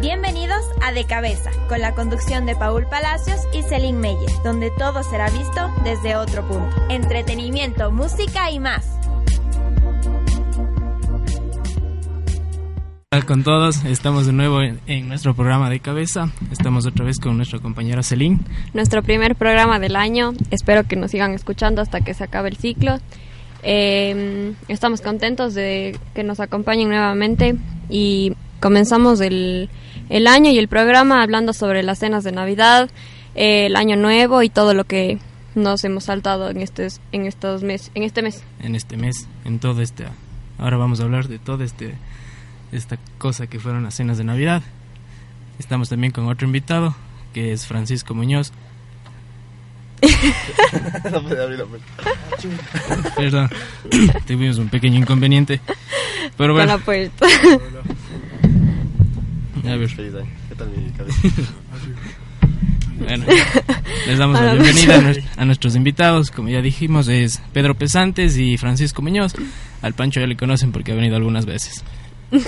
Bienvenidos a De Cabeza, con la conducción de Paul Palacios y Celine Meyer, donde todo será visto desde otro punto. Entretenimiento, música y más. con todos, estamos de nuevo en, en, nuestro programa de cabeza, estamos otra vez con nuestra compañera Celine. Nuestro primer programa del año, espero que nos sigan escuchando hasta que se acabe el ciclo. Eh, estamos contentos de que nos acompañen nuevamente y comenzamos el, el año y el programa hablando sobre las cenas de Navidad, eh, el año nuevo y todo lo que nos hemos saltado en, estes, en, estos mes, en este mes. En este mes, en todo este... Ahora vamos a hablar de todo este esta cosa que fueron las cenas de Navidad. Estamos también con otro invitado, que es Francisco Muñoz. Perdón, tuvimos un pequeño inconveniente. Pero bueno. Pues. A ver. ¿Qué tal mi bueno, les damos la bienvenida a, nuestro, a, nuestros invitados, como ya dijimos, es Pedro Pesantes y Francisco Muñoz. Al Pancho ya le conocen porque ha venido algunas veces.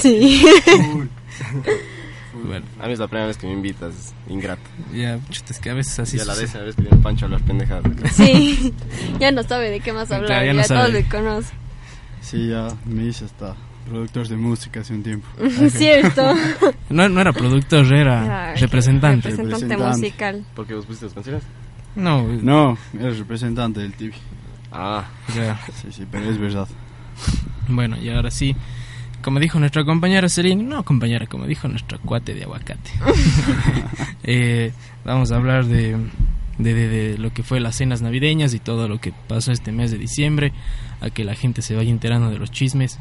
Sí. Cool. Cool. Bueno. A mí es la primera vez que me invitas, ingrato. Ya, chuta, es que a veces así. Ya la décima vez que viene Pancho a hablar pendejadas. Sí, ya no sabe de qué más hablar, claro, ya, ya no todos le conoce. Sí, ya me hice hasta productor de música hace un tiempo. Cierto. no, no era productor, era, Ah, era representante. representante. Representante musical. ¿Por qué vos pusiste las canciones? No, no, era representante del TV. Ah, ya. Sí, sí, pero es verdad. Bueno, y ahora sí como dijo nuestra compañera Celine, no compañera, como dijo nuestro cuate de aguacate. eh, vamos a hablar de, de, de, de, lo que fue las cenas navideñas y todo lo que pasó este mes de diciembre, a que la gente se vaya enterando de los chismes,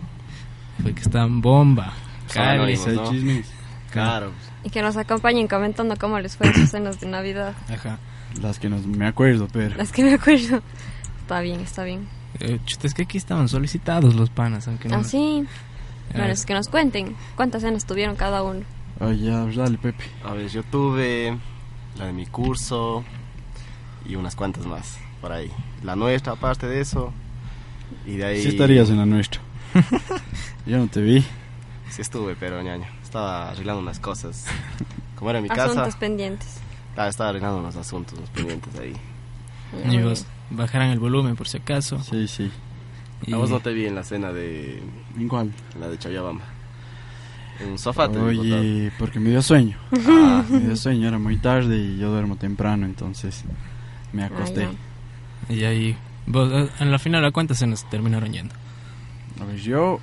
porque están bomba. Claro, ¿no? chismes. Claro. Y que nos acompañen comentando cómo les fue sus cenas de Navidad. Ajá. Las que nos, me acuerdo, pero. Las que me acuerdo. Está bien, está bien. Eh, chuta, es que aquí estaban solicitados los panas, aunque no. Ah, sí. Bueno, es que nos cuenten cuántas cenas tuvieron cada uno. Oh, ya, dale, Pepe. A ver, yo tuve la de mi curso y unas cuantas más por ahí. La nuestra, aparte de eso. Y de ahí. Sí, estarías en la nuestra. yo no te vi. Sí, estuve, pero ñaño. Estaba arreglando unas cosas. Como era en mi asuntos casa. Asuntos pendientes. Ah, estaba arreglando unos asuntos, unos pendientes ahí. Amigos, bajarán el volumen por si acaso. Sí, sí. Y... A vos no te vi en la cena de... ¿En cuál? La de Chayabamba. En un sofá te Oye, porque me dio sueño. Ah. Me dio sueño, era muy tarde y yo duermo temprano, entonces me acosté. Ay, no. Y ahí... Vos, en la final, ¿a cuántas cenas terminaron yendo? A ver, yo...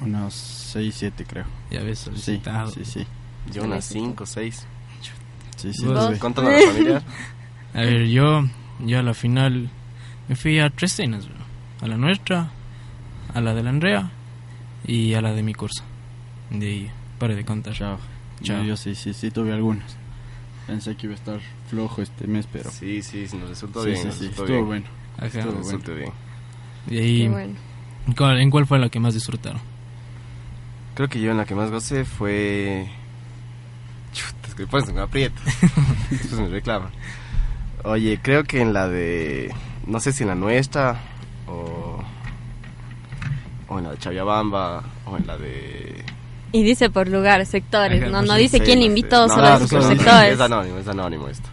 Unas 6, 7 creo. Ya ves, solicitado. Sí, sí, sí. Yo unas 5, 6. Sí, sí. ¿Cuánto a la familia? A ver, yo... Yo a la final... Me fui a tres cenas, bro a la nuestra, a la de la Andrea y a la de mi curso. De ahí, pare de contar. Chao. Chao. Yo, yo, sí, sí, sí tuve algunas. Pensé que iba a estar flojo este mes, pero... Sí, sí, nos resultó sí, bien. Sí, nos sí, resultó estuvo bien. bueno. Ajá, nos resultó bueno. bien. Y ahí, bueno. ¿cuál, ¿en cuál fue la que más disfrutaron? Creo que yo en la que más gocé fue... Chuta, es que después me aprieto. después me reclaman. Oye, creo que en la de... No sé si en la nuestra o, o, en la de Chaviabamba, o en la de... Y dice por lugar, sectores, Ajá, no, pues no dice quién invitó, no, solo no, dice por no, sectores. Es anónimo, es anónimo esto.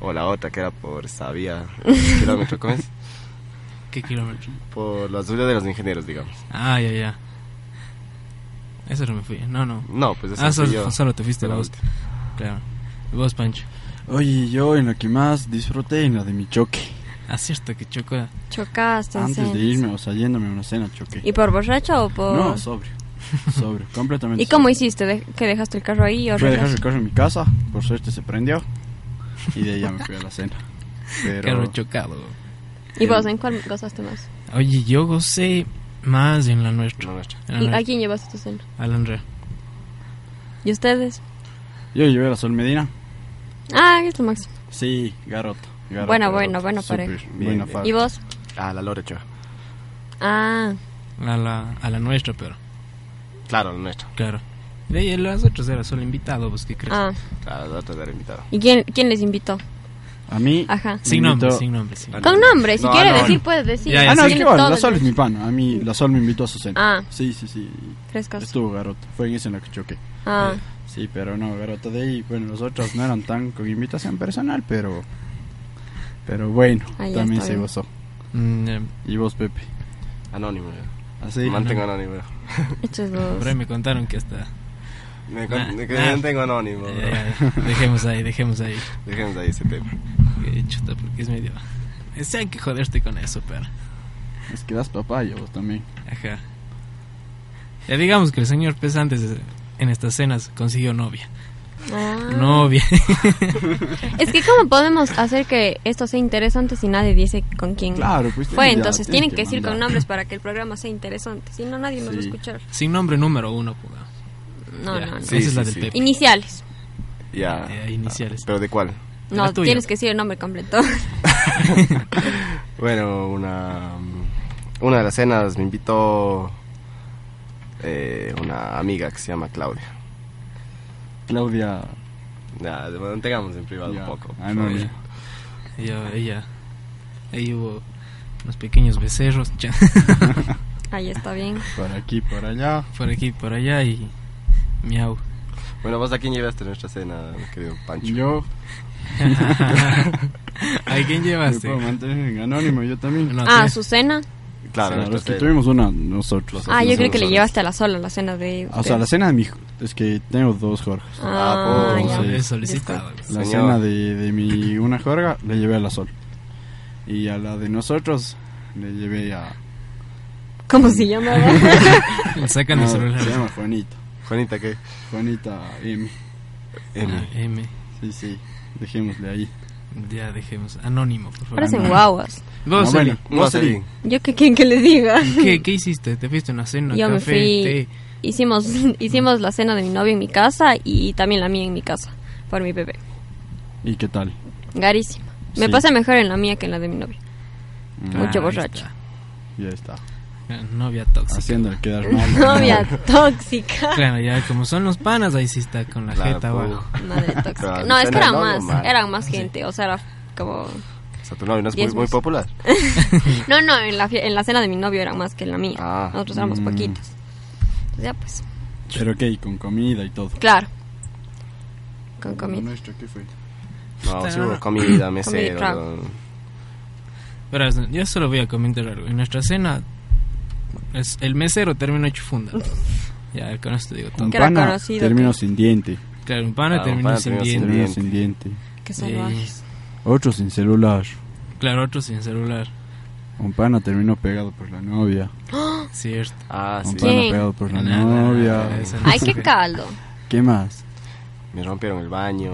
O la otra que era por Sabía, kilómetro, ¿cómo es? ¿Qué kilómetro? Por la azul de los ingenieros, digamos. Ah, ya, ya. Eso no me fui, no, no. No, pues eso ah, solo, yo. solo te fuiste la hostia. Claro. Vos, Pancho. Oye, yo en la que más disfruté, en la de mi choque. Ah, cierto, que chocó. Chocaste. Antes cenas. de irme, o sea, yéndome a una cena, choqué. ¿Y por borracho o por...? No, sobrio. Sobrio, completamente. ¿Y cómo hiciste? ¿Que dejaste el carro ahí o Fui a dejar el carro en mi casa, por suerte se prendió. Y de ahí ya me fui a la cena. Pero... Carro chocado. ¿Y eh... vos en cuál gozaste más? Oye, yo gocé más en la nuestra. La nuestra. En la nuestra. ¿A quién llevaste tu cena? A la Andrea. ¿Y ustedes? Yo llevé a Sol Medina. Ah, es lo máximo. Sí, Garoto. Garoto, Bueno, Garoto. bueno, bueno, pareja. Súper, Bien, buena bien. fac. ¿Y vos? Ah, la Lore Ochoa. Ah, A la, a la nuestra, pero Claro, la nuestra. claro. De ahí las otras era solo invitado, vos qué crees. ah. Claro, la otra era invitada. ¿Y quién, quién les invitó? A mí. Ajá. sin me nombre, invitó- sin nombre, sin Ah, nombre. Con nombre, si No, quiere no, decir, no. puede decir. Ya, ya, Ah, no, es Tiene que bueno, todo la el- Sol es mi pana. A mí la Sol me invitó a su cena. Ah. Sí, sí, sí. Frescos. Estuvo Garoto. Fue en ese en lo que choqué. Ah, Sí, pero no, Garoto de ahí. Bueno, los otros no eran tan con invitación personal, pero. Pero bueno, Ah, ya también está se bien. gozó. Mm, eh, ¿Y vos, Pepe? Anónimo. eh. Así. Mantengo anónimo. estos dos. por ahí me contaron que hasta... Me con- Nah, me- que nah. Mantengo anónimo. bro. eh, dejemos ahí, dejemos ahí. Dejemos ahí ese tema. Que chuta, porque es medio... eh, sé que joderte con eso, pero... Es que das papaya vos también. Ajá. Ya digamos que el señor Pesantes eh, en estas cenas consiguió novia. Ah. Novia. Es que cómo podemos hacer que esto sea interesante si nadie dice con quién Claro, pues. fue. ya, Entonces tienen tienes que decir con mandar. nombres para que el programa sea interesante. Si no, nadie nos va a Sí. escuchar. sin nombre número uno, pongamos. No, Ya, no, no. Esa Sí, es la sí, del sí. Pepe. Iniciales. Ya. Eh, iniciales. Ah, ¿Pero de cuál? La No, tuya. tienes que decir el nombre completo. Bueno, una. mm, Una de las cenas me invitó. eh, una amiga que se llama Claudia. Claudia. Ya, de- mantengamos en privado ya, un poco. por anónimo. favor. Ella, ella. Ahí hubo unos pequeños becerros. ya, Ahí está bien. Por aquí, por allá. por aquí, por allá y. Miau. Bueno, vos a quién llevaste a nuestra cena, mi querido Pancho. Yo ¿A quién este? me llevaste? puedo mantener en anónimo, yo también. No, Ah, sí. Susana. Claro, Claro, nuestra es que cena. tuvimos una nosotros. Ah, yo creo que le Susana. llevaste a la sola la cena de. O sea, la cena de mi... Es que tengo dos jorgas. Ah, Ah, ya. pues, Es solicitado. La Señor. cena de, de mi una jorga le llevé a la sol. Y a la de nosotros le llevé a... ¿Cómo se llamaba? Le sacan el no, Se celular. llama Juanita. Juanita, ¿qué? Juanita M. Ah, M. Sí, sí. Dejémosle ahí. Ya dejemos. Anónimo, por favor. Parecen guaguas. Vos, Ah, bueno. Eli, No, Sally. Yo que quién que le diga. ¿qué, ¿Qué hiciste? ¿Te fuiste a una cena? Yo me café, fui- té? Hicimos, hicimos la cena de mi novio en mi casa y también la mía en mi casa, por mi bebé. ¿Y qué tal? Garísima. Me Sí. pasé mejor en la mía que en la de mi novio. Mm, Mucho ahí borracho. Ya está. está. Novia tóxica. Haciendo el quedar mal. Novia tóxica. Claro, ya como son los panas, ahí sí está con la Claro, jeta pues. abajo. Madre tóxica. Claro, No, es que suena eran novio, más, eh. man. eran más gente, o sea, era como... O sea, tu novio no es muy, Diez muy meses. popular. No, no, en la, fie- en la cena de mi novio eran más que en la mía. Ah. Nosotros éramos Mm. poquitos. Ya pues, Pero ok, con comida y todo. claro. Con Lo comida. nuestro, ¿qué fue? No, sí hubo comida, mesero. trago. Pero yo solo voy a comentar algo. En nuestra cena, es- el mesero terminó hecho funda. Ya, con esto digo todo. Un Que era pana conocido, terminó que- sin diente. Claro, un pana Ah, un terminó pana sin terminó Terminó dientes. diente. sin diente. Qué Eh, salvajes. Otro sin celular. claro, otro sin celular. Un pana terminó pegado por la novia. Cierto. Ah, Un sí. pana ¿Quién? pegado por la No, no, no, novia. esa no. Ay, qué caldo. ¿Qué más? Me rompieron el baño.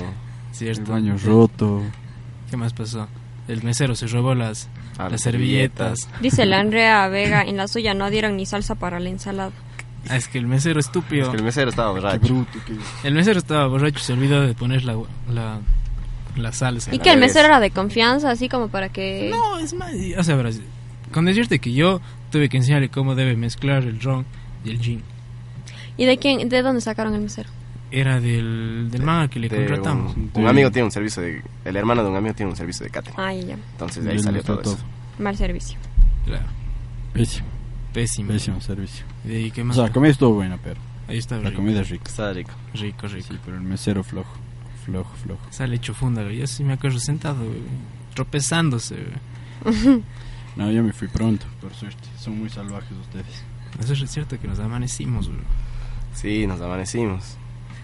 Cierto. El baño roto. ¿Qué más pasó? El mesero se robó las, Ah, las servilletas. Dice la Andrea Vega, en la suya no dieron ni salsa para la ensalada. Ah, es que el mesero Es estúpido. que el mesero estaba Qué borracho. bruto. qué- El mesero estaba borracho, se olvidó de poner la, la, la salsa. Y la que el vez. mesero era de confianza, así como para que... No, es más, y- o sea, verás, con decirte que yo tuve que enseñarle cómo debe mezclar el ron y el gin. ¿Y de quién, de dónde sacaron el mesero? Era del, del man al que le De contratamos. Un, Sí. un amigo tiene un servicio de. El hermano de un amigo tiene un servicio de catering. Ay, ya, Entonces de ahí Bien, salió está todo, eso. mal servicio. Claro, Pésimo, pésimo. pésimo servicio. ¿Y qué O más? sea, la comida estuvo buena, pero Ahí está, la rico, comida es rica. Estaba rico. rico, rico. Sí, pero el mesero flojo, flojo, flojo. Sale hecho funda, güey. yo sí me acuerdo sentado, güey, tropezándose. güey. No, yo me fui pronto, por suerte. Son muy salvajes ustedes. Eso es cierto que nos amanecimos, güey. Sí, nos amanecimos.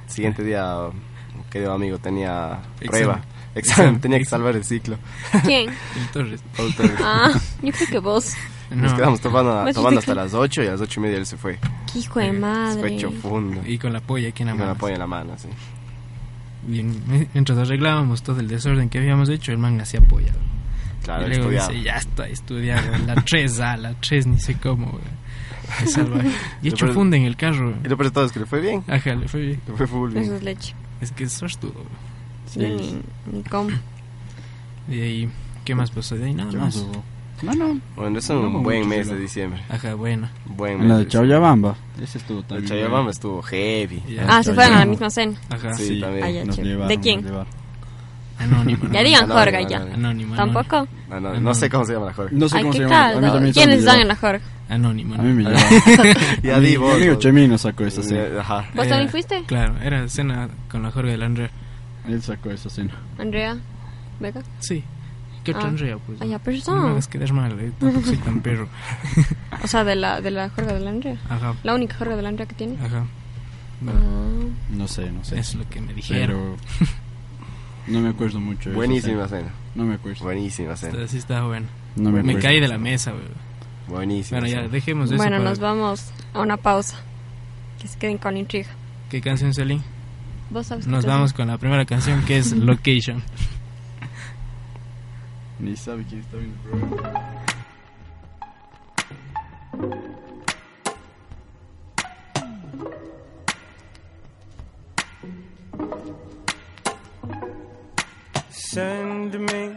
Siguiente día, un querido amigo tenía Examen. prueba. Examen. Examen. Tenía que salvar el ciclo. ¿Quién? El Torres. Todo el- Ah, yo creo que vos. Nos No, quedamos tomando, Pues, tomando sí, hasta las 8 y a las 8 y media él se fue. Qué hijo de Eh, Se fue madre. hecho fundo. Y Y con la polla aquí en la con la mano. polla en la mano, sí. Y en- eh, mientras arreglábamos todo el desorden que habíamos hecho, el man hacía polla. güey. Claro, y él luego estudiaba. dice, ya está estudiado, la 3A, la 3 ni sé cómo, güey. Qué salvaje. Y Lo hecho peor- funda en el carro. Y lo peor de todo es que le fue bien. Ajá, le fue bien. Le fue full Eso bien. es leche. Mm. Es que eso es todo. Sí. Yo ni, ni como. De ahí, ¿qué más pasó? De ahí nada ¿Qué más más. hubo? No, no. Bueno, es No, un mucho, buen mes de pero- diciembre. Ajá, bueno. Buen mes. En la de de Chayabamba. Ese estuvo diciembre. La también. de Chayabamba estuvo heavy. Ya. Ah, se fueron a la misma cena. Ajá. Sí, Sí, también. Ah, ya, Nos chévere. llevaron, ¿De nos quién? llevaron. Anónimo. Ya digan no, Jorga no, ya. no, Anónimo. ¿Tampoco? Ah, no, no sé cómo se llama la jorge. No sé Ay, cómo se qué llama. A mí caldo. también se me ¿Quiénes dan olvidó. en la Jorge? Anónimo. A mí me Ah, llevaron. Ya di Mi vos. amigo vos. Chemino sacó esa cena. Eh, Ajá. ¿Vos Eh, también fuiste? Claro, era cena con la Jorge del Andrea. Él sacó esa cena. Andrea, Vega. Sí. ¿Qué otro Ah. Andrea? Pues, Ah, ya, pero eso. No me hagas quedar mal, eh, tampoco soy tan perro. O sea, de la, de la Jorge de la Andrea. Ajá, La única Jorge de la Andrea que tiene. ajá. Bueno, Ah. No sé, no sé. es lo que me dijeron. Pero. No me acuerdo mucho. de esa Buenísima cena. cena. No me acuerdo. Buenísima cena. Así está bueno. No me acuerdo. Me caí de la mesa, güey. Buenísima. Bueno, ya, cena. dejemos eso. Bueno, para- nos vamos a una pausa. Que se queden con intriga. ¿Qué canción, Celine? ¿Vos sabes Pues, qué Nos canción? vamos con la primera canción que es Location. Ni sabe quién está viendo el programa. Send me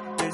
This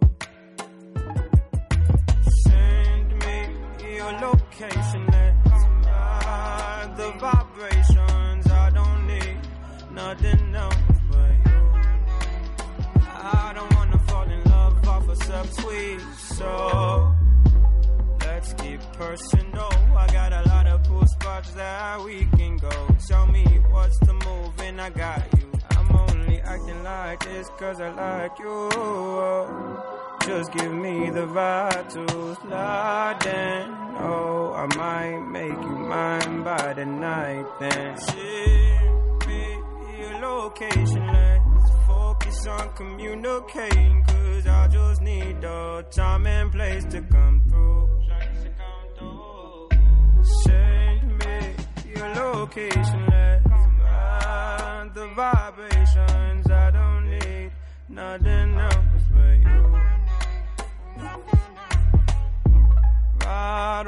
Send me your location, let's ride the vibrations. I don't need nothing else but you. I don't wanna fall in love off a subtweet, so let's get personal. I got a lot of cool spots that we can go. Tell me what's the move, and I got you. I'm only acting like this cause I like you. Just give me the vibe to slide in. Oh, I might make you mine by the night then. Send me your location, let's focus on communicating. Cause I just need the time and place to come through. Send me your location, let's find the vibrations. I don't need nothing else but you. Ride,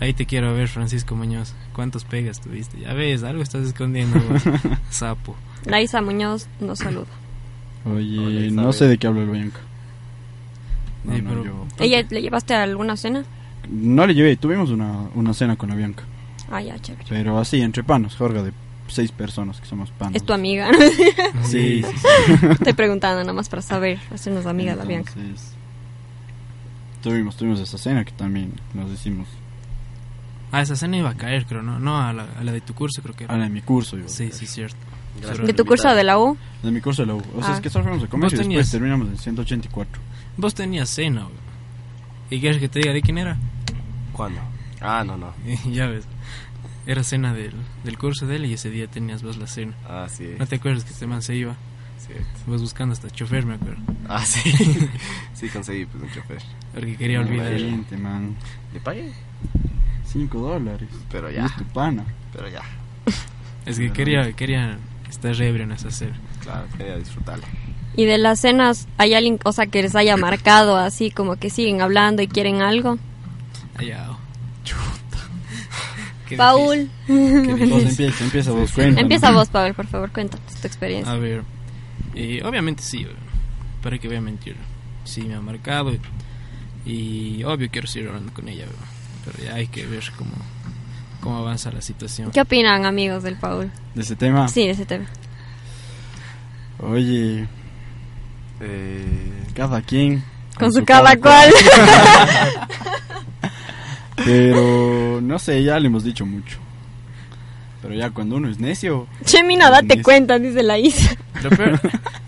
Ahí te quiero ver, Francisco Muñoz. ¿Cuántos pegas tuviste? Ya ves, algo estás escondiendo, güey. sapo. Laisa Muñoz nos saluda. Oye, Hola, Isabel. no sé de qué habla el Bianca. No, Sí, no, Eh, pero- yo- ¿Ella le llevaste a alguna cena? no le llevé, tuvimos una, una cena con la Bianca. Ah, ya, chévere. Pero así, entre panos, jorga de seis personas que somos panos. Es tu amiga. Ah, Sí, sí, sí. Estoy preguntando nada más para saber, hacernos amiga la Bianca. Entonces, Tuvimos, tuvimos esa cena que también nos hicimos. Ah, esa cena iba a caer, creo, ¿no? No, a la, a la de tu curso, creo que era. Ahora en Ah, mi curso, yo. Sí, sí, cierto. Pero Gracias por ¿De tu invitarme. curso de la U? De mi curso de la U. O sea, Ah. es que solo fuimos a comer Vos y después tenías- terminamos en 184. Vos tenías cena, güey. ¿Y quieres que te diga de quién era? ¿Cuándo? Ah, no, no. ya ves. Era cena del, del curso de él y ese día tenías vos la cena. Ah, sí. ¿No te acuerdas que este man se iba? Cierto. Vos buscando hasta chofer, me acuerdo. Ah, sí. sí, conseguí pues, un chofer. Porque quería olvidar. Excelente, man. Le pagué, 5 dólares. Pero Y ya. Es tu pana. pero ya. Es que quería, quería estar re ebrio en esa cena. Claro, quería disfrutarle. ¿Y de las cenas hay alguien, o sea, que les haya marcado así, como que siguen hablando y quieren algo? Allá. oh. Chuta. Qué Paul, difícil, qué Vos difícil. empieza, empieza vos, cuéntame. empieza vos, Paul, por favor, cuéntanos tu A experiencia. ver, eh, obviamente sí, eh, para que voy a mentir. Sí, me ha marcado y, y obvio quiero seguir hablando con ella, ¿verdad? pero ya hay que ver cómo, cómo avanza la situación. ¿Qué opinan, amigos del Paul? De ese tema. Sí, de ese tema. Oye, Eh, cada quien. Con su cada cual. Pero no sé, ya le hemos dicho mucho. Pero ya cuando uno es necio, Chemina, date Buenísimo. cuenta, dice la Isa. Lo peor,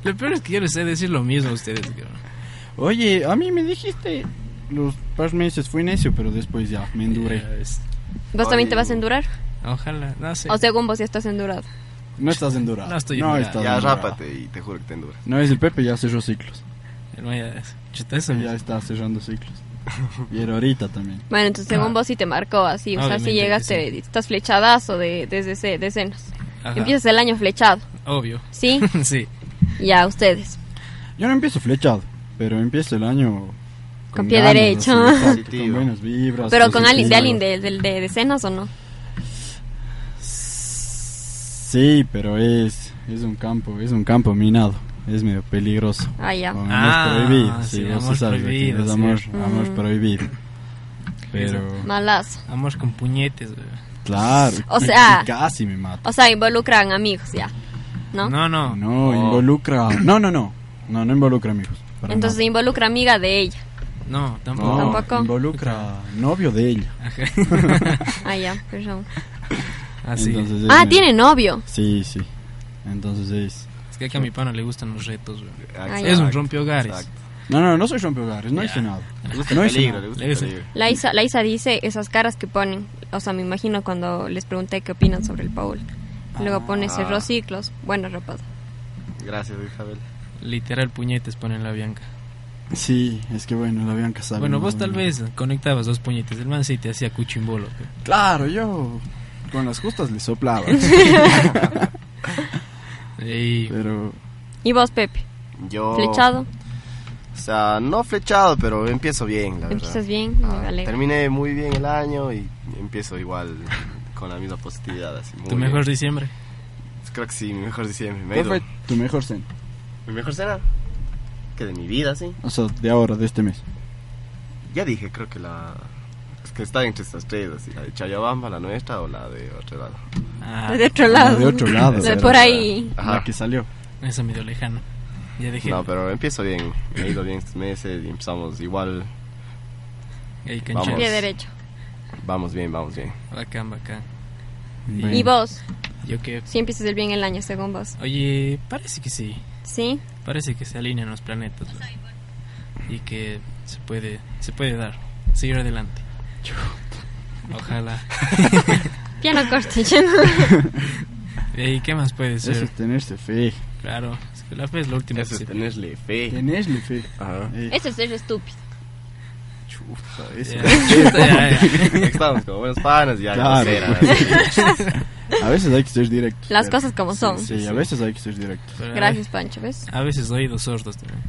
lo peor es que yo les sé decir lo mismo a ustedes. creo. oye, a mí me dijiste los par meses fui necio, pero después ya me enduré. Ya ves. ¿Vos también te Oye. vas a endurar? Ojalá, no sé. ¿O según vos ya estás endurado? No estás endurado. No estoy endurado. estás ya endurado. rápate y te juro que te endura. No es el Pepe, ya cerró ciclos. No, ya- chuta, eso Ya está cerrando ciclos. Y era ahorita también. Bueno, entonces Ah, según vos sí te marcó así, o sea, Obviamente si que llegaste, sí. estás flechadazo de, desde ce- de cenas. Ajá, Empiezas el año flechado, Obvio. ¿sí? sí, Ya, ustedes. Yo no empiezo flechado, pero empiezo el año Con pie derecho. así, exacto, con Positivo. buenas vibras. Pero con positivo. alguien de alguien de, de, de- de cenas o no. Sí, pero es, es un campo, es un campo minado. Es medio peligroso. Ah, ya. Con Ah, amor prohibido. sí, Sí, vos amor sabes de quién prohibido, es sí. amor, amor Mm. prohibido. Pero, Malazo. Amor con puñetes, güey. claro. O sea- Casi me mata. O sea, involucran amigos ya, ¿no? No, no. Oh. No, involucra. No, no, no. No, no involucra amigos. para Entonces nada. involucra amiga de ella. No, No, tampoco. tampoco. involucra novio de ella. Ajá. Ah, ya, perdón. Así. Entonces es Ah, medio- tiene novio. Sí, sí. Entonces es. es que aquí a mi pana le gustan los retos, güey. Ah, Exacto. Ay, Es un rompehogares. Exacto. No, no, no soy rompehogares, no Ya. hice nada. Le gusta No el hice peligro, nada. le gusta Le el gusta. peligro. La Isa, la Isa dice esas caras que ponen. O sea, me imagino cuando les pregunté qué opinan sobre el Paul. Luego pone Ah. cerró ciclos. Bueno, rapaz. Gracias, Isabel. Literal puñetes ponen la Bianca. Sí, es que bueno, la habían casado. Bueno, vos tal vez conectabas dos puñetes. El man sí te hacía cuchimbolo. güey. Claro, yo con las justas le soplaba. Ey, pero ¿Y vos, Pepe? Yo. ¿Flechado? O sea, no flechado, pero empiezo bien, la verdad. ¿Empiezas bien? Ah, Me alegro. terminé muy bien el año y empiezo igual con la misma positividad. Así, muy tu bien. mejor diciembre. Creo que sí, mi mejor diciembre. Me ha ¿cuál ido- fue tu mejor cena? ¿Mi mejor cena? Que de mi vida, sí. O sea, de ahora, de este mes. Ya dije, creo que la. Es que está entre estas tres, así, la de Chayabamba, la nuestra o la de otro lado. Ah, La de otro lado. de otro lado. La de pero- por ahí. Ajá. La que salió. esa me dio lejano. Ya dejé. No, pero empiezo bien. Me ha ido bien estos meses y empezamos igual. Ey, vamos. canchero. Pie derecho. Vamos bien, vamos bien. Bacán, bacán. Bueno. ¿Y vos? Yo que. Si empiezas el bien el año, según vos. Oye, parece que sí. ¿Sí? Parece que se alinean los planetas. güey. Y que se puede, se puede dar. Seguir adelante. Ojalá. Piano corte, ya no. ¿Y qué más Pues puede Eso ser? es tenerse fe. Claro, es que la fe es lo último Eso que es se- tenerle fe. Tenerle fe. Ajá. Eh, Eso es ser estúpido. Chuta, eso. Ya, ya, eh. ya. Estamos como buenos panas y ya Claro. grosera, A veces hay que ser directos. Las pero- cosas como son. Sí, a veces hay que ser directos. Pero Gracias, Pancho, ¿ves? A veces oídos sordos también.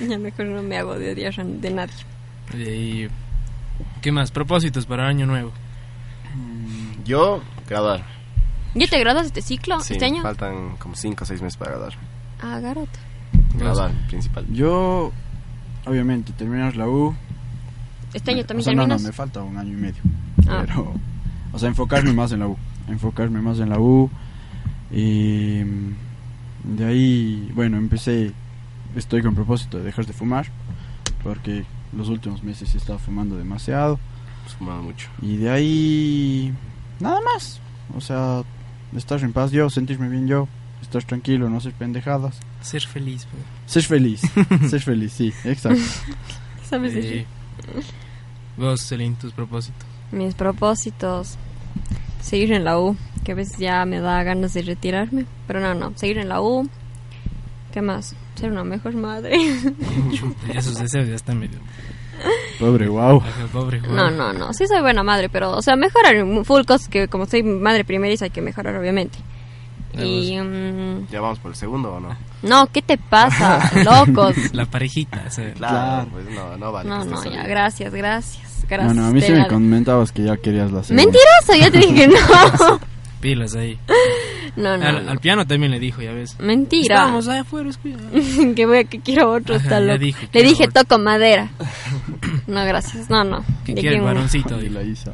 Ya mejor no me hago de odiar de nadie. Y, ¿Qué más? Propósitos para año nuevo. Mm. Yo, graduar. ¿Ya te graduas de este ciclo? Sí, ¿Este año? faltan como 5 o 6 meses para graduar. Ah, garota. Graduar, principal. Yo, obviamente, terminas la U. ¿Este año también o sea, terminas? No, no, me falta un año y medio. Ah. Pero, o sea, enfocarme más en la U. Enfocarme más en la U. Y mm, de ahí, bueno, empecé. Estoy con propósito de dejar de fumar. Porque los últimos meses he estado fumando demasiado. Sumado mucho. Y de ahí, nada más. O sea, estar en paz yo, sentirme bien yo. Estar tranquilo, no hacer pendejadas. Ser feliz. pues. güey. Ser feliz. ser feliz, sí, exacto. ¿Sabes decir? Eh, Vos, Celine, tus propósitos. Mis propósitos. Seguir en la U, que a veces ya me da ganas de retirarme. Pero no, no, seguir en la U. ¿Qué más? Ser una mejor madre. Ya sus deseos ya están medio. Pobre, wow. Ajá, Pobre Juan. No, no, no. Sí soy buena madre, pero, o sea, mejorar en full cosas que como soy madre primeriza hay que mejorar, obviamente. Y... mm, ¿Ya vamos por el segundo o no? no, ¿qué te pasa, locos? La parejita. o sea, Claro, pues no, no vale. que No, estés no, solo. ya, gracias, gracias, No, gracias. no, a mí te sí me la- comentabas que ya querías la segunda. Mentiroso, yo te dije no. Pilas ahí. No, no, al, no. al piano también le dijo, ya ves. Mentira. Estábamos ahí afuera, es cuidado. que voy a- que quiero otro, Ajá, está ya loco. dijo, Le quiero dije otro. toco madera. No, gracias. No, no. Que De quiere el quien- varoncito. Y dijo. la Isa.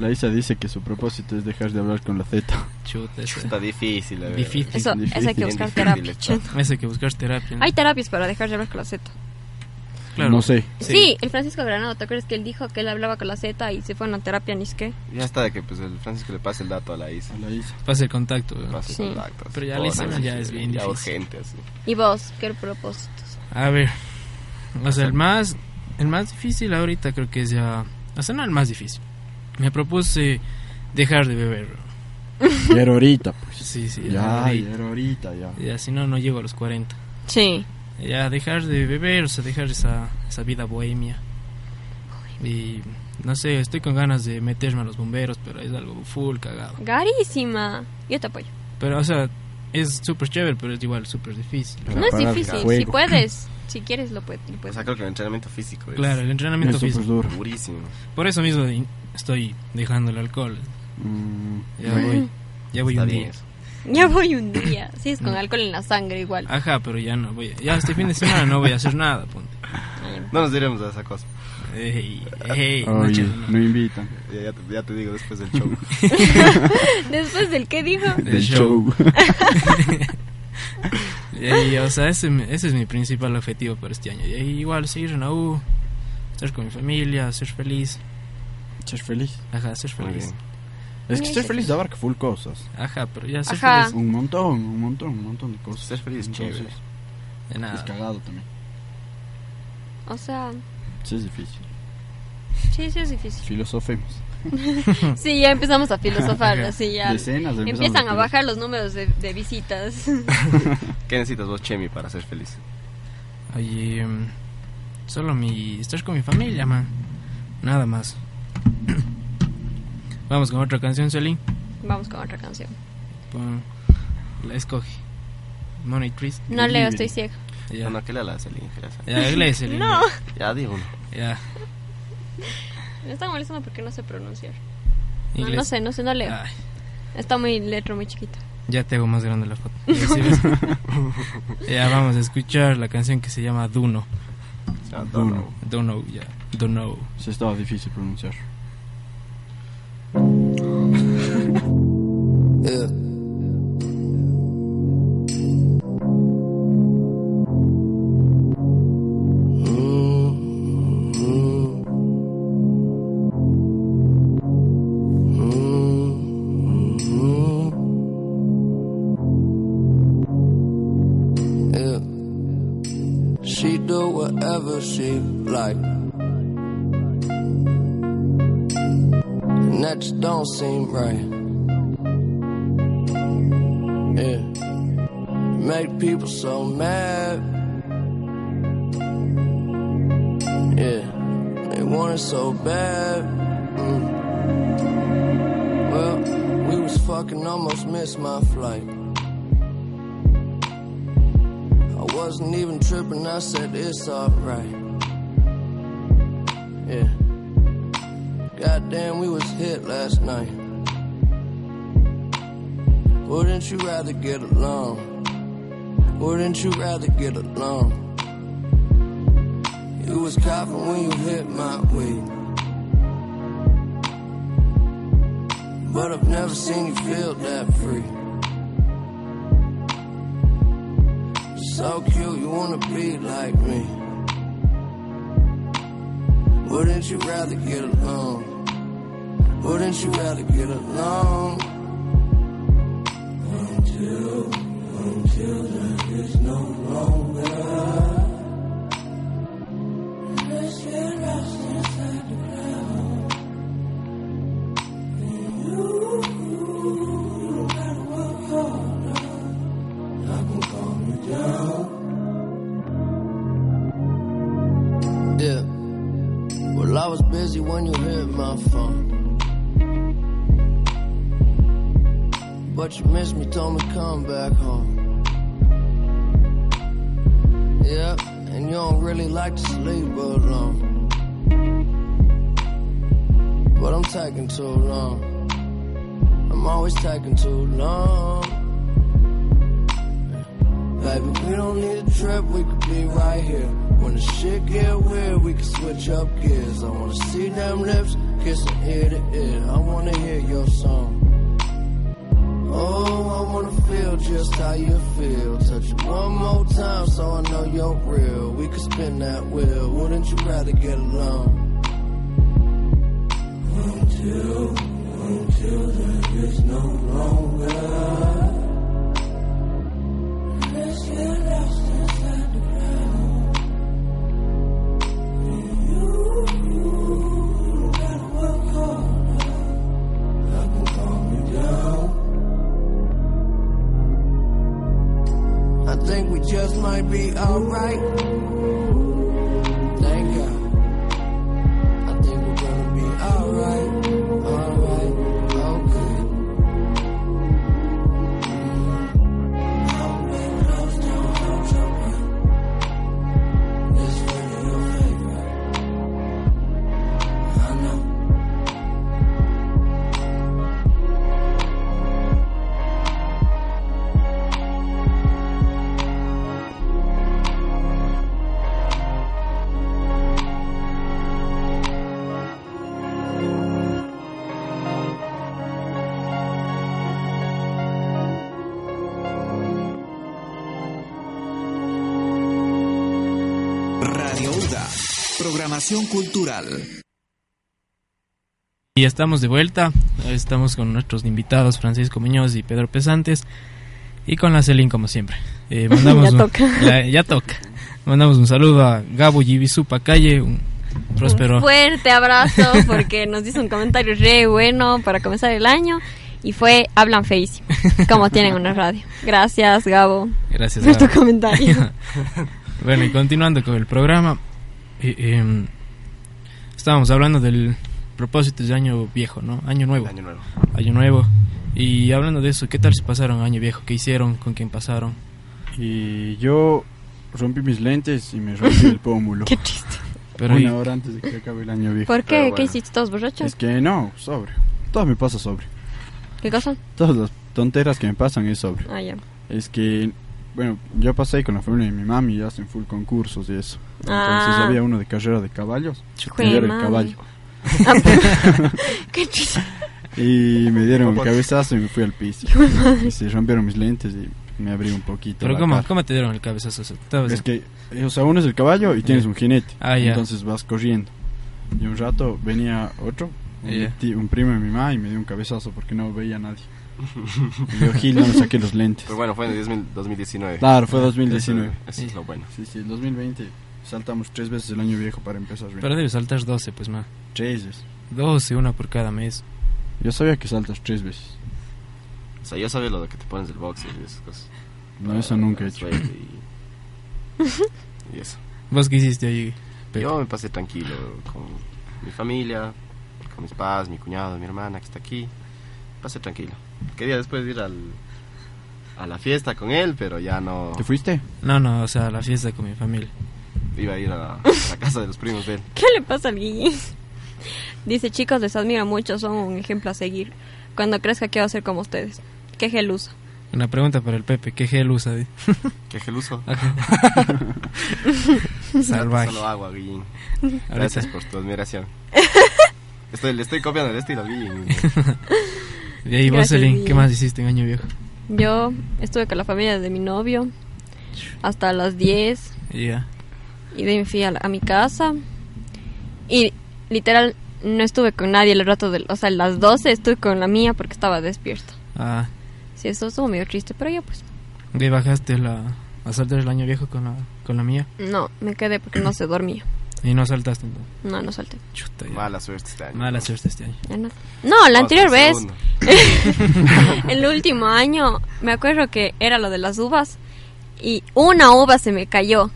La Isa dice que su propósito es dejar de hablar con la Z. Chuta, ese. Está difícil, la verdad. Difícil. Eso, Difícil, eso hay que bien buscar difícil terapia. está. Ese que buscar terapia. ¿no? Hay terapias para dejar de hablar con la Z. Claro. No sé. Sí. el Francisco Granado, ¿te acuerdas que él dijo que él hablaba con la Z y se fue a una terapia ni es qué? Ya está de que pues el Francisco le pase el dato a la Isa. A la Isa. Pasa el contacto. güey. Pase Sí. contacto, así, Pero ya todo, la Isa ¿no? ya es bien Ya difícil. urgente, así. ¿Y vos? ¿Qué propósitos? A ver. O sea, el más, el más difícil ahorita creo que es ya... O sea, no el más difícil. Me propuse dejar de beber. güey. Y era ahorita, pues. Sí, sí. ya, ahorita. ya era ahorita, ya. Ya, si no, no llego a los 40. Sí. Ya, dejar de beber, o sea, dejar esa, esa vida bohemia. Y no sé, estoy con ganas de meterme a los bomberos, pero es algo full cagado. Garísima. Yo te apoyo. Pero, o sea, es súper chévere, pero es igual súper difícil. Para no es parar el difícil. Si fuego. puedes, si quieres, lo puedes. lo O puedes. sea, creo que el entrenamiento físico es Claro, el pues. Es entrenamiento súper físico. duro. durísimo. Por eso mismo de- estoy dejando el alcohol. Mm, Ya bueno. voy, ya voy Está un bien día. eso. Ya voy un día. Sí, es con alcohol en la sangre igual. Ajá, pero ya no voy. a- Ya este fin de semana no voy a hacer nada, ponte. No nos diremos a esa cosa. Ey, ey, Oye, Nacho, no. no invitan. Ya, ya te, ya te digo después del show. Después del que dijo. Del show. Y ahí, o sea, ese, me- ese es mi principal objetivo para este año. Y ahí igual seguir en la U, estar con mi familia, ser feliz. Ser feliz. Ajá, ser Muy feliz. bien. Es que ser feliz abarca full cosas. Ajá, Ah, pero ya ser Ajá. feliz Un montón, un montón, un montón de cosas. Ser feliz, chévere. de Es nada. cagado también. O sea, Sí, es difícil. sí, sí es difícil. Filosofemos. Sí, ya empezamos a filosofar, así ya. Decenas de empezamos Empiezan a filosofar. bajar los números de, de visitas. ¿Qué necesitas vos, Chemi, para ser feliz? Oye, mm, solo mi. estar con mi familia, man. Nada más. Vamos con otra canción, Solín. Vamos con otra canción. Pon- La escoge. Money Trees. No leo, estoy ciego. Ya, No, no, que le la Celine. que le hagas. ya, dale, Celine. No. Ya digo uno. Ya, Me están molestando porque no sé pronunciar. No, inglés. no sé, no sé, no leo. Ay, Está muy letra muy chiquita. ya te hago más grande la foto. Ya, sí ves. Ya, vamos a escuchar la canción que se llama Duno. Ya, Uno. todo. Duno, ya. Duno. Se Ah, estaba difícil pronunciar. She do whatever she like. And that just don't seem right. Yeah. Make people so mad. Yeah. They want it so bad. Mm. Well, we was fucking almost missed my flight. I wasn't even tripping, I said it's alright. Yeah. Goddamn, we was hit last night. Wouldn't you rather get along? Wouldn't you rather get along? You was coughing when you hit my weed. But I've never seen you feel that free. So cute, you wanna be like me. Wouldn't you rather get along? Wouldn't you rather get along? Until, until there is no longer. Unless you're lost inside the crowd. And you, you gotta work harder. I'm gonna calm you down. Yeah. Well, I was busy when you hit my phone. But you missed me, told me come back home. Yeah, and you don't really like to sleep alone. But I'm taking too long. I'm always taking too long. Baby, we don't need a trip, we could be right here. When the shit get weird, we can switch up gears. I wanna see them lips, kissing ear to ear. I wanna hear your song. Oh, I wanna feel just how you feel. Touch you one more time so I know you're real. We could spin that wheel. Wouldn't you rather get along? Until, until there is no longer. Unless you're lost inside the crowd. And you, you gotta work harder. I can calm you down. I think we just might be alright. Thank God. I think we're gonna be alright. Alright, okay. Programación cultural. Y estamos de vuelta. Estamos con nuestros invitados Francisco Muñoz y Pedro Pesantes. Y con la Celín, como siempre. Eh, mandamos Ya un- toca. la- ya toca. Mandamos un saludo a Gabo Yibisupa Calle, un próspero. Un fuerte abrazo porque nos hizo un comentario re bueno para comenzar el año y fue hablan feísimo, como tienen una radio. Gracias, Gabo. Gracias, Nuestro Gabo. comentario. bueno, y continuando con el programa, eh, eh, estábamos hablando del propósito de año viejo, ¿no? Año nuevo. Año nuevo. Año nuevo. Y hablando de eso, ¿qué tal si pasaron año viejo? ¿Qué hicieron? ¿Con quién pasaron? Y yo rompí mis lentes y me rompí el pómulo. Qué triste. Pero una y- hora antes de que acabe el año viejo. ¿Por qué? Pero bueno. ¿Qué hiciste? ¿Todos borrachos? Es que no, sobre. Todo me pasa sobre. ¿Qué cosa? Todas las tonteras que me pasan es sobre. Ah, ya. Es que, bueno, yo pasé con la familia de mi mami y hacen full concursos y eso. Entonces Ah. había uno de carrera de caballos. Jue Me dieron el madre. Ah, pues. caballo. Qué triste. Y me dieron el Popote. cabezazo y me fui al piso. Y se rompieron mis lentes y me abrí un poquito. Pero la ¿cómo, cara. ¿cómo te dieron el cabezazo? O sea, estabas- Es que, eh, o sea, uno es el caballo y tienes un jinete. Ah, ya. Entonces vas corriendo. Y un rato venía otro, un, Ya. ti- un primo de mi mamá, y me dio un cabezazo porque no veía a nadie. Y yo, Gil, no me saqué los lentes. Pero bueno, fue en el 10.000 2019. Claro, fue 2019. Eso, eso es lo bueno. Sí, sí, el 2020 saltamos tres veces el año viejo para empezar bien. Pero debes saltar 12, pues más. Tres veces. 12, una por cada mes. Yo sabía que saltas tres veces. O sea, yo sabía lo de que te pones del box y esas cosas. No, eso nunca he Las hecho. redes Y, y eso. ¿Vos qué hiciste ahí? Pero- Yo me pasé tranquilo con mi familia, con mis padres, mi cuñado, mi hermana que está aquí. Pasé tranquilo. Quería después ir al, a la fiesta con él, pero ya no ¿Te fuiste? No, no, o sea, la fiesta con mi familia. iba a ir a la, a la casa de los primos de él. ¿Qué le pasa al Guille? Dice, chicos, les admiro mucho, son un ejemplo a seguir. Cuando crezca quiero ser como ustedes. Qué gel uso. Una pregunta para el Pepe, ¿qué gel usa? di? Qué geluso. Salvaje. Solo agua, Guillín. Ahorita, Gracias por tu admiración. Estoy, le estoy copiando el estilo al Guillín. de ahí vos, Gracias, Celine, ¿qué Guille. más hiciste en año viejo? Yo estuve con la familia de mi novio hasta las 10 Ya. y de ahí me fui a, la- a mi casa. Y literal no estuve con nadie el rato del... O sea, las 12 estuve con la mía porque estaba despierta. Ah, Sí, eso estuvo medio triste, pero yo pues... de ahí bajaste la, a saltar el año viejo con la, con la mía No, me quedé porque no se dormía. y no saltaste. entonces. No, no salté. Chuta, ya. Mala suerte este año. Mala suerte este año. Ya No, No, la anterior Otro vez... segundo. El último año, me acuerdo que era lo de las uvas y una uva se me cayó.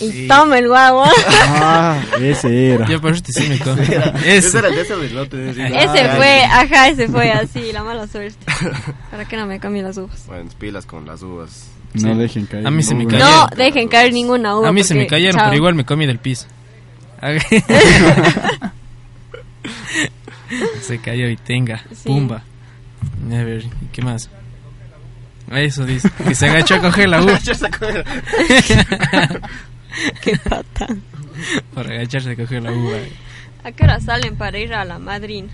Y toma el guagua. Ah, ese era. Yo por eso te sí me con- Ese Ese. Ah, era el ese del lote. de decir, ese "Ay". fue, ajá, ese fue así, la mala suerte. ¿Para qué no me comí las uvas? Bueno, pilas con las uvas. No Sí. dejen caer. A mí se me ninguna. cayó. No Caliente, dejen las caer uvas. ninguna uva. A mí se me porque- cayeron, chao. pero igual me comí del piso. Ah, se cayó y tenga, Sí. pumba. A ver, ¿y ¿qué más? Eso dice, que se agachó a coger la uva. Ya sacó el- Qué pata. Por agacharse a coger la uva. ¿A qué hora salen para ir a la madrina?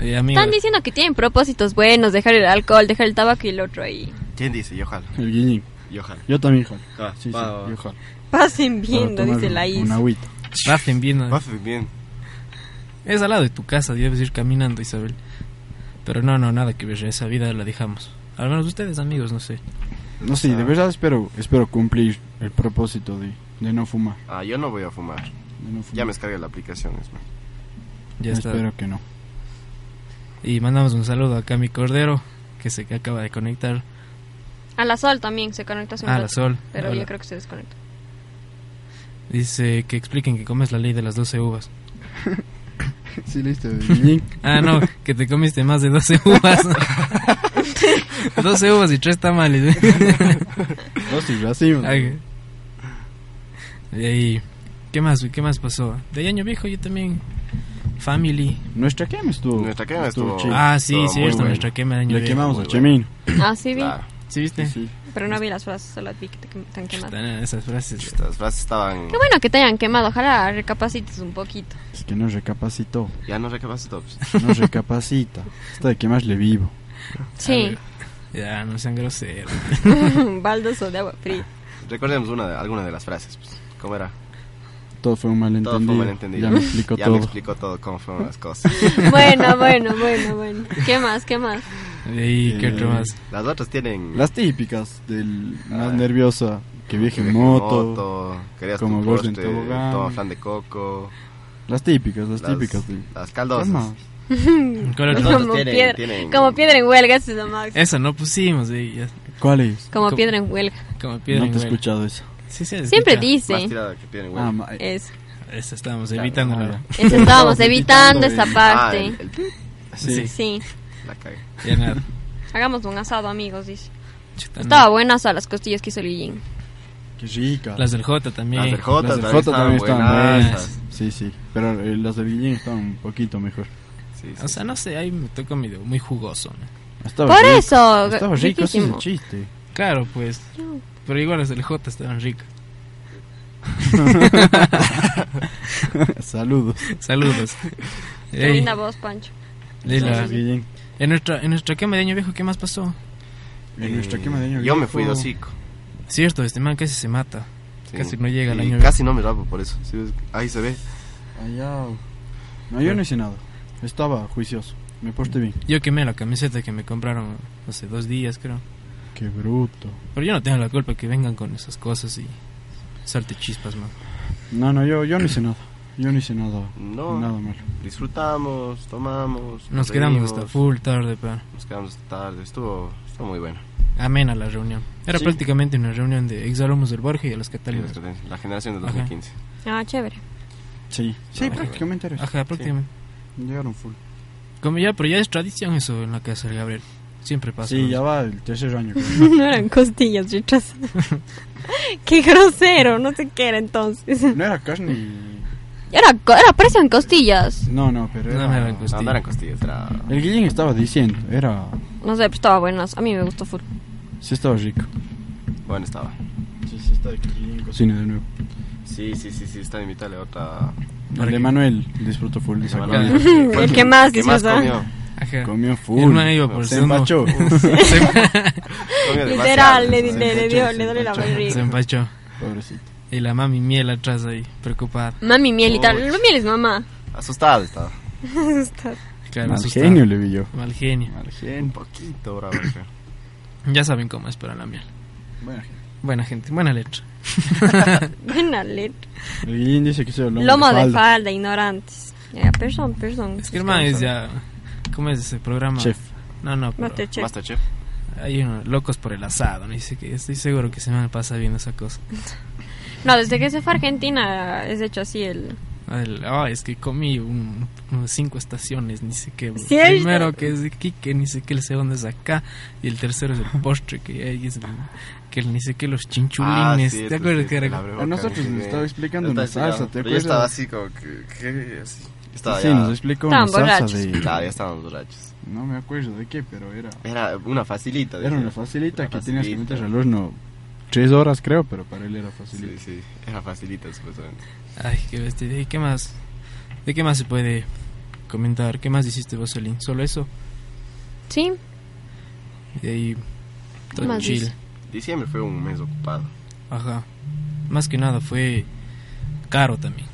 Eh, amigo, Están diciendo que tienen propósitos buenos, dejar el alcohol, dejar el tabaco y el otro ahí. ¿Quién dice? Yo jalo. El guiñín. Yo jalo. Yo también, Juan. Ah, sí, sí, va, va, va. yo jalo. Pasen Para viendo, tomar dice la un- Is. Una agüita. Bafen bien. ¿no? Buffy, bien. Es al lado de tu casa, debes ir caminando, Isabel. Pero no, no, nada que ver, esa vida la dejamos. Al menos ustedes, amigos, no sé. No sé, de Ah. verdad espero, espero cumplir el propósito de, de no fumar. Ah, yo no voy a fumar. de no fumar. Ya me descargué la aplicación, es más. Ya está. Espero que no. Y mandamos un saludo a Cami Cordero, que se que acaba de conectar. A la Sol también se conecta hace un A la rato, Sol. Pero Hola. yo creo que se desconecta. Dice que expliquen que comes la ley de las 12 uvas. Sí, listo. el guiñín. Ah, no, que te comiste más de 12 uvas. 12 uvas y 3 tamales. Dos y racimos. Ay. Y ahí, ¿qué más? ¿Qué más pasó? De año viejo yo también. Family. Nuestra quema estuvo. Nuestra quema estuvo- chill. ah, sí, estuvo muy cierto, bueno. nuestra quema de año Le viejo. quemamos muy a Chemín. Ah, sí, vi. Claro. ¿Sí viste? Sí. Pero no vi las frases, solo vi que te quem- te han quemado. Están esas frases. Estas frases estaban. Qué bueno que te hayan quemado, ojalá recapacites un poquito. Es que nos recapacitó. Ya no recapacito. pues. Nos recapacita. Esto de quemarle vivo. Sí, Ya, no sean groseros. baldoso de agua fría. Recordemos una de, alguna de las frases. pues. ¿Cómo era? todo fue un malentendido. Todo fue un malentendido. Ya me explicó Ya todo. me explicó todo cómo fueron las cosas. Bueno, bueno, bueno, bueno. ¿Qué más? ¿Qué más? De ahí, ¿qué otro Eh, más? Las otras tienen... Las típijas del más Ah. nerviosa, que viaje en en moto. querías como tu gordo en postre, tobogán. toma flan de coco, Las típicas, las, las, típicas. del- las caldosas. Calma. ¿Cuál Las otro? otras Como tienen- piedra- tienen- Como piedra en huelga, ese es lo máximo. Eso no pusimos, de ahí, ya, ¿Cuál es? Como como- piedra en huelga. como piedra No te he en huelga. escuchado eso. Sí, sí, Siempre escucha. Más dice. tirada que tienen, güey. Ah, ma- eh, Eso. Eso estábamos evitando ah, la... Eso estábamos evitando evitando esa el- Ah, parte. Eh, el- el- Sí, Sí. la cagué. ya nada. Hagamos un asado, amigos, dice. Chuta, Estaba no. buenas a las costillas que hizo Lillín. Qué rica. Las del J también. Las del J Las del también Jota estaban también estaban buenas. buenas. Sí, sí. Pero eh, las del Guillén estaban un poquito mejor. Sí, sí. O sea, no sé, ahí me toca medio muy jugoso. ¿no? Estaba Por rico. eso, Estaba rico, ese es el riquísimo. chiste. Claro, pues. Pero igual las del J estaban ricas. Saludos. Saludos. Qué Ey, linda voz, Pancho. de la- Saludos, Guillén. en, nuestra, en nuestra quema de año viejo, ¿qué más pasó? En nuestra Eh, quema de año Yo me viejo- fui de hocico. Cierto, este man casi se mata. sí. Casi no llega al Y año Casi no me rapo por eso. sí, es- Ahí se ve. Allá. No, yo no hice nada. Estaba juicioso. Me porté bien. Yo quemé la camiseta que me compraron hace dos días, creo. Qué bruto. Pero yo no tengo la culpa que vengan con esas cosas y salte chispas, man. No, no, yo, yo no hice nada. Yo no hice nada. No. Nada malo. Disfrutamos, tomamos. Nos quedamos reímos, hasta full tarde, pa. Nos quedamos hasta tarde. Estuvo, estuvo muy bueno. Amena la reunión. Era Sí. prácticamente una reunión de exalumnos del Borja y de los La catálogos. experiencia, La generación de Ajá. 2015. Ah, chévere. Sí. Sí, prácticamente era eso. Ajá, prácticamente. Llegaron full. Como ya, pero ya es tradición eso en la casa del Gabriel. Siempre pasa. Sí, ¿no? ya va el tercer año. creo. No eran costillas, chicas. Qué grosero, no sé qué era entonces. No era carne. y- Era, co- era precio en costillas. No, no, pero No, era. no eran No, costillas. no eran costillas, era... El Guillén estaba diciendo. Era. No sé, pero estaba buenas. A mí me gustó full. Sí, estaba rico. Bueno, estaba. Sí, sí, está Guillén cocina de nuevo. Sí, sí, sí, sí, está invitado a otra... Para El de que- Manuel disfrutó full. de esa Manuel. comida. Fue El que más ah? que más disfruta. comió. Ajá. Comió full. El man iba por el se segundo. empachó. Comió demasiado, Literal, le, entonces, le- le dio, Sí, le duele la sí, sí. Se barriga. empachó. Pobrecito. Y la mami miel atrás ahí, preocupada. Mami miel y tal. Miel es mamá. Asustado estaba. Claro, Mal asustada. genio le vi yo. Mal genio. Mal Un genio. poquito bravo. creo. Ya saben cómo es para la miel. Bueno, Buena gente, buena letra. Buena letra. el Guillén dice que soy el lomo, Lomo de falda. falda, ignorantes. Ya, perdón, perdón. Es que el man es ya. ¿Cómo es ese programa? Chef. No, no, pero Masterchef. Masterchef. hay unos locos por el asado. ¿no? Dice que estoy seguro que se me pasa viendo esa cosa. No, desde que se fue a Argentina es hecho así el... El- ah, es que comí un, unas cinco estaciones, ni sé qué. El ¿Cierto? primero que es de Quique, ni sé qué, el segundo es acá, y el tercero es el postre, que ahí es el- que el- ni sé qué, los Ah, chinchulines. sí, ¿Te esto acuerdas sí, que Este, la era? abrió A boca, nosotros sí, nos sí. estaba explicando una Estaba salsa, ¿te explicando, pero Yo estaba acuerdas? así como que... ¿qué? Así. Estaba sí, ya... nos explicó una Estaban salsa borrachos. de... Claro, ya estábamos borrachos. No me acuerdo de qué, pero era... Era una facilita. Era decía. una facilita Una que tenías que facilita. meter al horno tres horas, creo, pero para él era Sí, facilita. sí. Era facilita, supuestamente. Ay, qué bestia. ¿Y qué más? ¿De qué más se puede comentar? ¿Qué más hiciste vos, Solín? ¿Solo eso? Sí, Y ahí, todo más chill. dice? Diciembre fue un mes ocupado. Ajá. Más que nada fue caro también.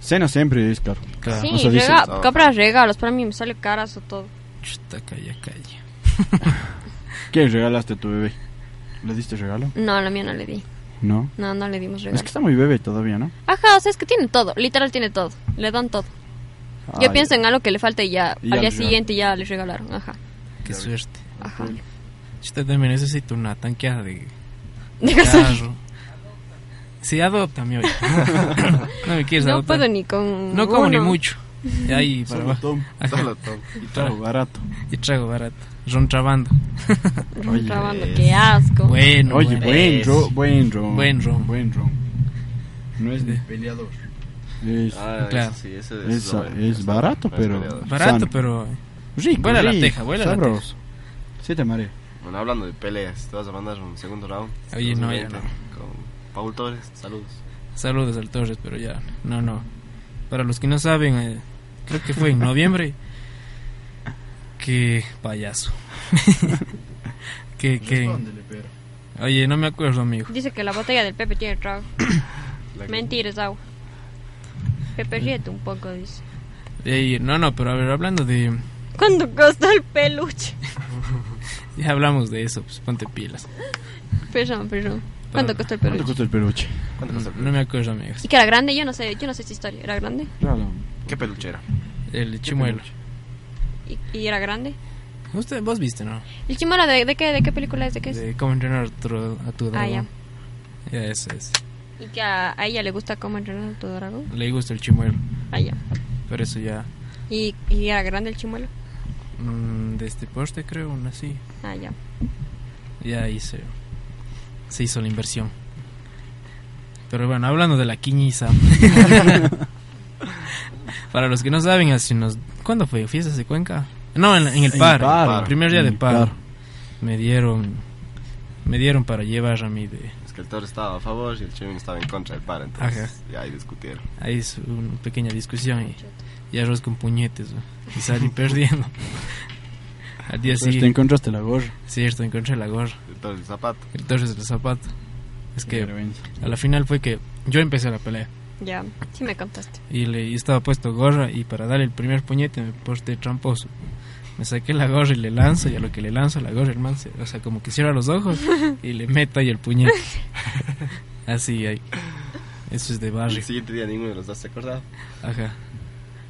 Cena siempre es caro. Claro. sí, o sea, dice- rega- compras regalos, para mí me sale caras o todo. Chuta, calla, calla. ¿Qué regalaste a tu bebé? ¿Le diste regalo? No, a la mía no le di, No. no, no le dimos Es regalos. que está muy bebé todavía, ¿no? Ajá, o sea, es que tiene todo, literal tiene todo, le dan todo. Ay, Yo pienso en algo que le falta y ya, Y ya al le día siguiente ya le regalaron, ajá, Qué suerte. ajá. Chuta, también necesito una tanqueada de De gasolina. carro. Sí, adoptame hoy. no me quieres No adoptar. puedo ni con No como ni uno. mucho. Y ahí para Solo abajo. Tom. Ajá. Solo todo. Y trago barato. Y trago barato. Ron trabando. Oye, Contrabando, qué asco. Bueno, Oye, bueno. buen Eso. ron, buen ron. Buen ron. Eh. Buen ron. No es de peleador. Es, Ah, Claro. eso sí, eso, es, eso bueno. es barato, No es pero... peleador. Barato, sano. pero. Rico, Vuela la rico, teja, vuela la sabroso. Sí, te marea. Bueno, hablando de peleas, te vas a mandar un segundo round. Oye, no, ya 2020, Con Paul Torres, saludos. Saludos al Torres, pero ya. No, no. Para los que no saben, eh, creo que fue en noviembre. Qué payaso. que, que. Oye, no me acuerdo, amigo. Dice que la botella del Pepe tiene trago. La que- Mentira, es agua. Pepe, Mm. ríete un poco, dice. Eh, no, no, pero a ver, hablando de... ¿Cuánto costó el peluche? Ya hablamos de eso, pues ponte pilas. Perdón, perdón. ¿Cuánto costó el ¿Cuánto peluche? costó el peluche? ¿Cuánto costó el No me acuerdo, amigos. Y que era grande, yo no sé, yo no sé esa historia. ¿Era grande? Claro. ¿Qué peluchera? El chimuelo. ¿Y, y era grande? Usted, vos viste, ¿no? ¿El chimuelo de, de qué, de qué película es? ¿De qué es? De cómo entrenar a tu, a tu Ah, dragón. ya. Eso es. Y que a, a ella le gusta cómo entrenar a tu dragón. Le gusta el chimuelo. Ah, ya. Pero eso ya... ¿Y, y era grande el chimuelo? mm, de este poste creo, una así. Ah, ya. Ya ahí se, se hizo la inversión. Pero bueno, hablando de la quiñiza. Para los que no saben, hace unos- ¿cuándo fue? ¿Fiestas de Cuenca? No, en, en el En par. paro. El primer día En de el par. paro. Me dieron me dieron para llevar a mí de... Es que el toro estaba a favor y el Chevin estaba en contra del par, entonces ya ahí discutieron. Ahí es una pequeña discusión y, y arroz con puñetes. ¿no? Y salí perdiendo. Al Entonces día Pues te siguiente, encontraste la gorra. cierto, encontré la gorra. El toro del zapato. Entonces el zapato. Es Qué que vergüenza. a la final fue que yo empecé la pelea. Ya. Sí me contaste. y le y estaba puesto gorra y para dar el primer puñete me porté tramposo. Me saqué la gorra y le lanzo y a lo que le lanzo la gorra el man se, o sea, como que cierra los ojos y le meto ahí el puñete. Así ahí. Eso es de Al barrio. siguiente día ninguno de los dos se acordaba. Ajá.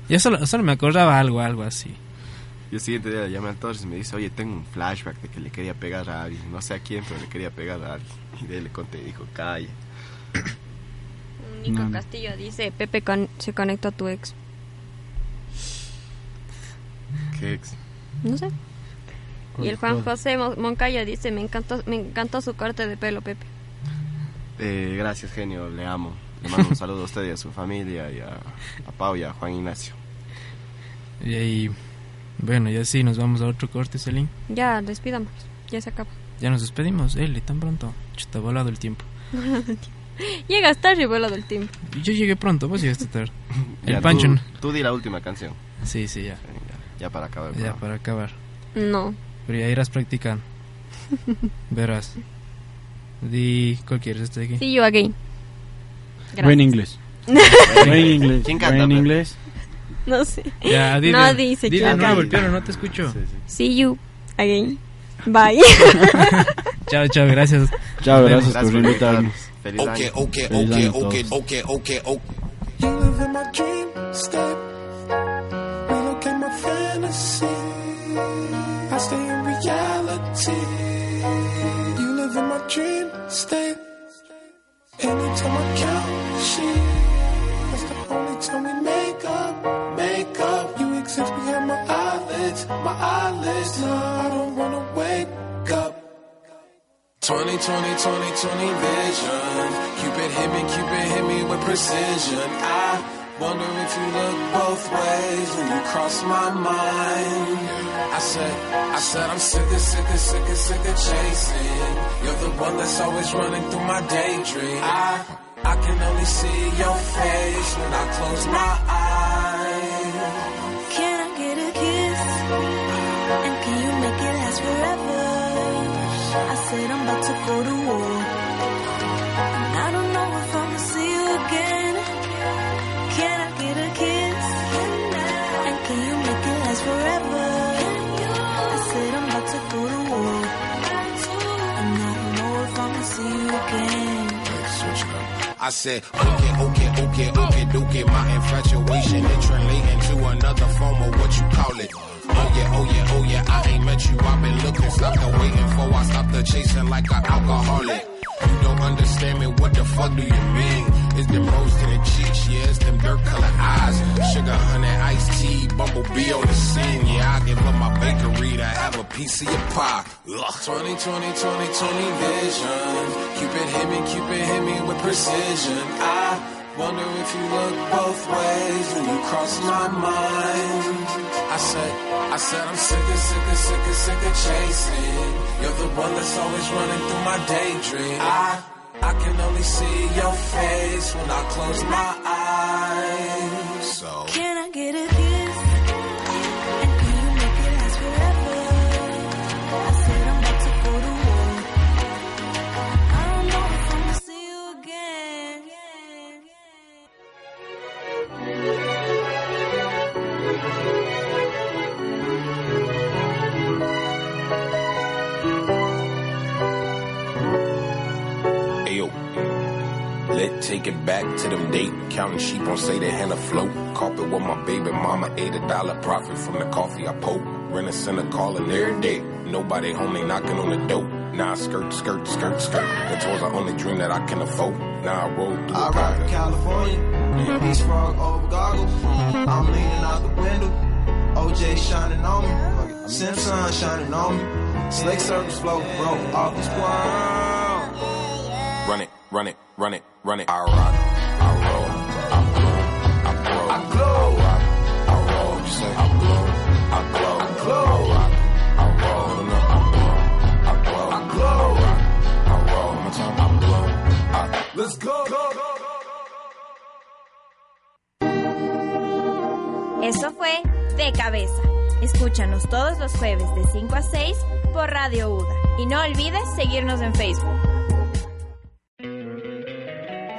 Yo solo, solo me acordaba algo, algo así. Y el siguiente día le llamé al Torres y me dice, oye, tengo un flashback de que le quería pegar a alguien. No sé a quién, pero le quería pegar a alguien. Y de ahí le conté y dijo, calla. Nico No, no. Castillo dice, Pepe con- se conectó a tu ex. ¿Qué ex? No sé. Y el Juan José Mo- Moncayo dice, me encantó, me encantó su corte de pelo, Pepe. Eh, gracias, genio, le amo. Le mando un saludo a usted y a su familia y a, a Pau y a Juan Ignacio. Y ahí bueno, y así nos vamos a otro corte, Celine. Ya, despidamos. Ya se acaba. Ya nos despedimos, él tan pronto. Chuta, ha volado el tiempo. Llegas tarde y vuela del tiempo. Yo llegué pronto, vos llegaste tarde. El Ya, Pancho. Tú, no- tú di la última canción. Sí, sí, ya. Eh, Ya, ya para acabar. el Ya programa. para acabar. No. Pero ya irás practicando. Verás. Di cualquier este de aquí. See you again. Gracias. Buen inglés. Buen inglés. ¿Quién canta, Buen Pepe? inglés. No sé. Ya, dile. No dice dile quién. de nuevo Ah, el piano, no te escucho. Sí, sí. See you again. Bye. Chao, chao, gracias. Chao, gracias Gracias por por invitarme. invitarnos. Feliz año. okay, Feliz año a todos. okay, okay, okay. You live in my dream state. Relocate my fantasy. I stay in reality. You live in my dream state. Anytime I count shit, that's the only time we make up, make up. You exist behind my eyelids, my eyelids. No, I don't wanna wake up. 20, 20, 20, 20 vision. Cupid hit me, Cupid hit me with precision. I wonder if you look both ways when you cross my mind. I said, I said, I'm sick of, sick of, sick of, sick of chasing. You're the one that's always running through my daydream. I, I can only see your face when I close my eyes. Can I get a kiss? And can you make it last forever? I said I'm about to go to war. And I don't know if I'ma see you again. Can I get a kiss? And can you make it last forever? I said I'm about to go to war. And I don't know if I'ma see you again. I said, okay, okay, okay, okay, dookie. My infatuation and translating to another form of what you call it. Oh yeah, oh yeah, oh yeah, I ain't met you, I've been looking. Stop the waiting for, I stop the chasing like an alcoholic. You don't understand me, what the fuck do you mean? It's them rose to the cheeks, yeah, it's them dirt colored eyes. Sugar, honey, iced tea, bumblebee on the scene. Yeah, I give up my bakery to have a piece of your pie. Ugh. 20, 20, 20, 20 vision. Cupid hit me, Cupid hit me with precision. I wonder if you look both ways when you cross my mind. I said, I said I'm sick of, sick of, sick of, sick of chasing. You're the one that's always running through my daydream. I, I can only see your face when I close my eyes. So. Can I get a kiss? And can you make it last forever? I said I'm about to go to war. I don't know if I'ma see you again. yo. Let take it back to them date. Counting sheep on say they hand afloat. Carpet with my baby mama. Eight a dollar profit from the coffee I poke. Rent a center calling every day. Nobody home, they knocking on the door. Now I skirt, skirt, skirt, skirt. The toys are only dream that I can afford. Now I roll through I the rock garden. California. Beach frog over goggles. I'm leaning out the window. OJ shining on me. Simpson shining on me. Slick circles blow broke off the squad. Run it, run it, run it, run it. I rock, I roll, I blow, I blow, I glow, I rock, I roll, you say I blow, I glow, I glow, I rock, I roll, no, I blow, I blow, I glow, I rock, I roll, one time I blow, I let's go, go, go. Eso fue De Cabeza. Escúchanos todos los jueves de 5 a 6 por Radio UDA. Y no olvides seguirnos en Facebook.